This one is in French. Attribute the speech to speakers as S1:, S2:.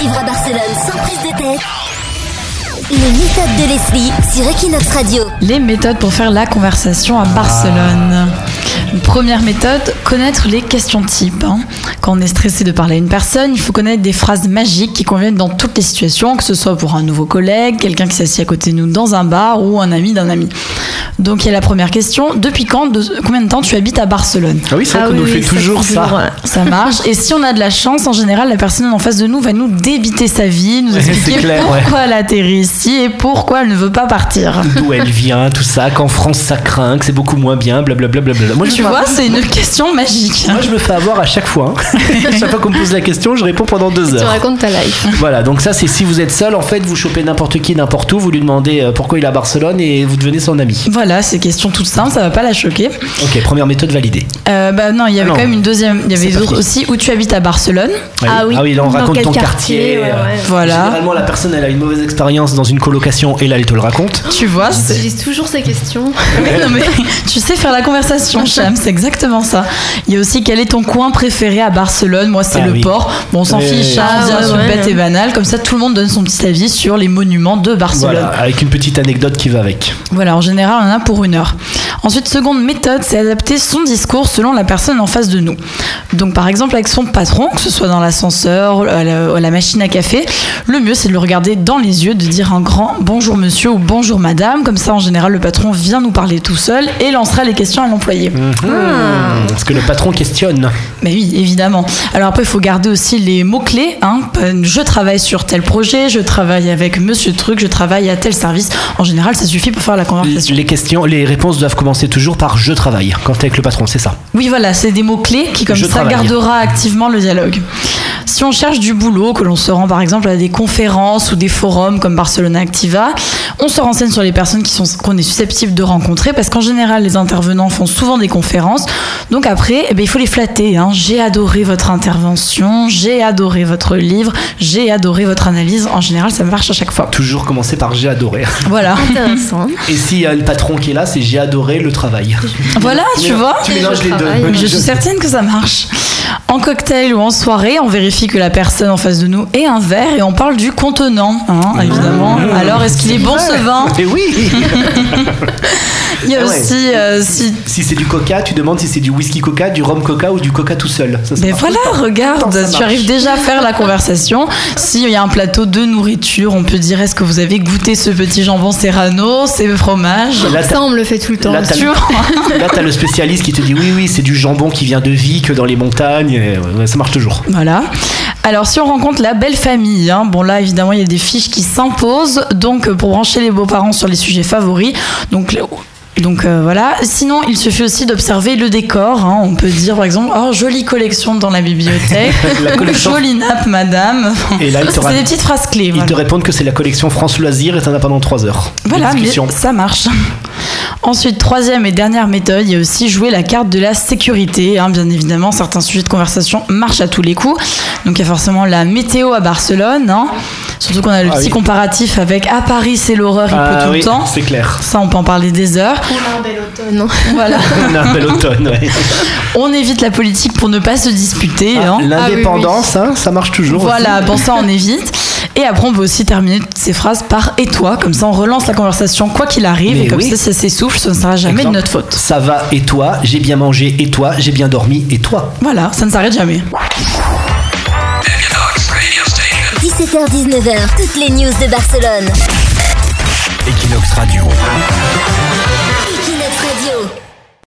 S1: vivre à Barcelone sans prise de tête. Les méthodes de Leslie sur Equinox Radio.
S2: Les méthodes pour faire la conversation
S3: Ah.
S2: à Barcelone. Première méthode, connaître les questions types. hein. Quand on est stressé de parler à une personne, il faut connaître des phrases magiques qui conviennent dans toutes les situations, que ce soit pour un nouveau collègue, quelqu'un qui s'assied à côté de nous dans un bar ou un ami d'un ami. Donc il y a la première question, depuis quand, de- combien de temps tu habites à Barcelone
S3: Ah oui, c'est vrai qu'on nous fait toujours ça.
S2: Ça marche. Et si on a de la chance, en général, la personne en face de nous va nous débiter sa vie, nous expliquer
S3: clair, ouais.
S2: pourquoi elle atterrit ici et pourquoi elle ne veut pas partir.
S3: D'où elle vient, tout ça, qu'en France ça craint, que c'est beaucoup moins bien, blablabla. Moi, je
S2: Tu
S3: me-
S2: vois, c'est une question magique.
S3: moi, je me fais avoir à chaque fois. hein. chaque fois qu'on me pose la question, je réponds pendant deux
S4: Tu
S3: heures.
S4: racontes ta life.
S3: Voilà, donc ça c'est si vous êtes seul, en fait vous chopez n'importe qui, n'importe où, vous lui demandez euh, pourquoi il est à Barcelone et vous devenez son ami.
S2: Voilà, c'est question toute simple, ça va pas la choquer.
S3: Ok, première méthode validée.
S2: Euh, bah non, il y avait
S3: Ah non.
S2: quand même une deuxième. Il y avait
S3: C'est
S2: d'autres
S3: pas
S2: aussi où tu habites à Barcelone.
S4: Ah oui,
S3: ah oui là on
S4: dans
S3: raconte
S4: quel
S3: ton quartier.
S4: quartier, ouais,
S3: euh,
S4: ouais.
S2: Voilà.
S3: Généralement la personne elle a une mauvaise expérience dans une colocation et là elle te le raconte.
S2: Tu vois, c'est-
S4: J'ai toujours ces questions.
S2: non, mais tu sais faire la conversation, Cham, c'est exactement ça. Il y a aussi quel est ton coin préféré à Barcelone Moi, c'est
S3: Ah
S2: le
S3: oui.
S2: port. Bon, on s'en
S3: Ouais.
S2: fiche, Cham,
S4: Ah
S2: c'est un
S4: ouais,
S2: truc
S4: ouais.
S2: bête et banal. Comme ça, tout le monde donne son petit avis sur les monuments de Barcelone.
S3: Voilà, avec une petite anecdote qui va avec.
S2: Voilà, en général, on en a pour une heure. Ensuite, seconde méthode, c'est adapter son discours selon la personne en face de nous. Donc, par exemple, avec son patron, que ce soit dans l'ascenseur, à la, à la machine à café, le mieux, c'est de le regarder dans les yeux, de dire un grand bonjour monsieur ou bonjour madame. Comme ça, en général, le patron vient nous parler tout seul et lancera les questions à l'employé.
S3: Mhm. Parce que le patron questionne.
S2: Mais oui, évidemment. Alors après, il faut garder aussi les mots-clés. Hein. Je travaille sur tel projet, je travaille avec monsieur truc, je travaille à tel service. En général, ça suffit pour faire la conversation.
S3: Les questions, les réponses doivent commencer toujours par je travaille quand t'es avec le patron, c'est ça.
S2: Oui, voilà, c'est des mots-clés qui, comme
S3: Je
S2: ça,
S3: travaille.
S2: gardera activement le dialogue. Si on cherche du boulot, que l'on se rend par exemple à des conférences ou des forums comme Barcelona Activa, on se renseigne sur les personnes qui sont- qu'on est susceptible de rencontrer parce qu'en général, les intervenants font souvent des conférences. Donc après, eh ben, il faut les flatter. hein. J'ai adoré votre intervention, j'ai adoré votre livre, j'ai adoré votre analyse. En général, ça marche à chaque fois.
S3: Toujours commencer par j'ai adoré.
S2: Voilà,
S4: Intéressant.
S3: Et s'il y a le patron qui est là, c'est j'ai adoré le travail.
S2: voilà, tu
S3: mélanges-
S2: vois.
S3: Tu
S4: Et
S3: mélanges
S4: je
S3: les
S4: travaille.
S3: deux.
S2: Mais je suis certaine que ça marche. En cocktail ou en soirée, on vérifie que la personne en face de nous ait un verre et on parle du contenant, hein,
S3: Ah.
S2: évidemment. Alors, est-ce qu'il est bon ce vin
S3: Et Eh oui
S2: Il y a
S3: Ah ouais.
S2: aussi euh, si.
S3: Si c'est du coca, tu demandes si c'est du whisky coca, du rhum coca ou du coca tout seul. Ça, c'est
S2: Mais
S3: pas-
S2: voilà, regarde,
S3: Attends, ça
S2: tu
S3: marche.
S2: arrives déjà à faire la conversation. S'il y a un plateau de nourriture, on peut dire est-ce que vous avez goûté ce petit jambon serrano, ces fromages
S3: Là, t'as-
S4: Ça, on me le fait tout le temps.
S3: Là, t'as
S2: Tu vois
S3: là, t'as le spécialiste qui te dit oui, oui, c'est du jambon qui vient de Vic dans les montagnes. Et, ouais, ça marche toujours.
S2: Voilà. Alors, si on rencontre la belle famille, hein, bon là, évidemment, il y a des fiches qui s'imposent. Donc, euh, pour brancher les beaux-parents sur les sujets favoris, donc. le- Donc euh, voilà, sinon il suffit aussi d'observer le décor. hein. On peut dire par exemple, oh jolie collection dans la bibliothèque,
S3: La
S2: ou
S3: collection.
S2: jolie nappe madame.
S3: Et là, il te, ra-
S2: C'est des petites phrases clés.
S3: ils
S2: voilà.
S3: te répondent que c'est la collection France Loisirs et t'en as pendant 3 heures. de
S2: Voilà, mais
S3: discussion.
S2: ça marche. Ensuite, troisième et dernière méthode, il y a aussi jouer la carte de la sécurité. hein. bien évidemment, certains sujets de conversation marchent à tous les coups. Donc, il y a forcément la météo à Barcelone. hein. Surtout qu'on a le
S3: Ah
S2: petit
S3: oui.
S2: comparatif avec à Paris, c'est l'horreur, il pleut
S3: Ah
S2: tout
S3: oui,
S2: le temps.
S3: c'est clair.
S2: Ça, on peut en parler des heures.
S4: On a un bel automne. Non.
S2: Voilà.
S3: On a un bel automne, ouais.
S2: On évite la politique pour ne pas se disputer. hein.
S3: L'indépendance, hein, ça marche Ah, toujours. aussi.
S2: Voilà, pour ça on évite. Et après, on peut aussi terminer ces phrases par et toi. Comme ça, on relance la conversation quoi qu'il arrive.
S3: Mais
S2: et comme
S3: oui.
S2: ça, ça s'essouffle, ce ne sera jamais
S3: Exemple,
S2: de notre faute.
S3: Ça va et toi, j'ai bien mangé et toi, j'ai bien dormi et toi.
S2: Voilà, ça ne s'arrête jamais.
S1: 17h-19h, toutes les news de Barcelone.
S5: Equinox Radio.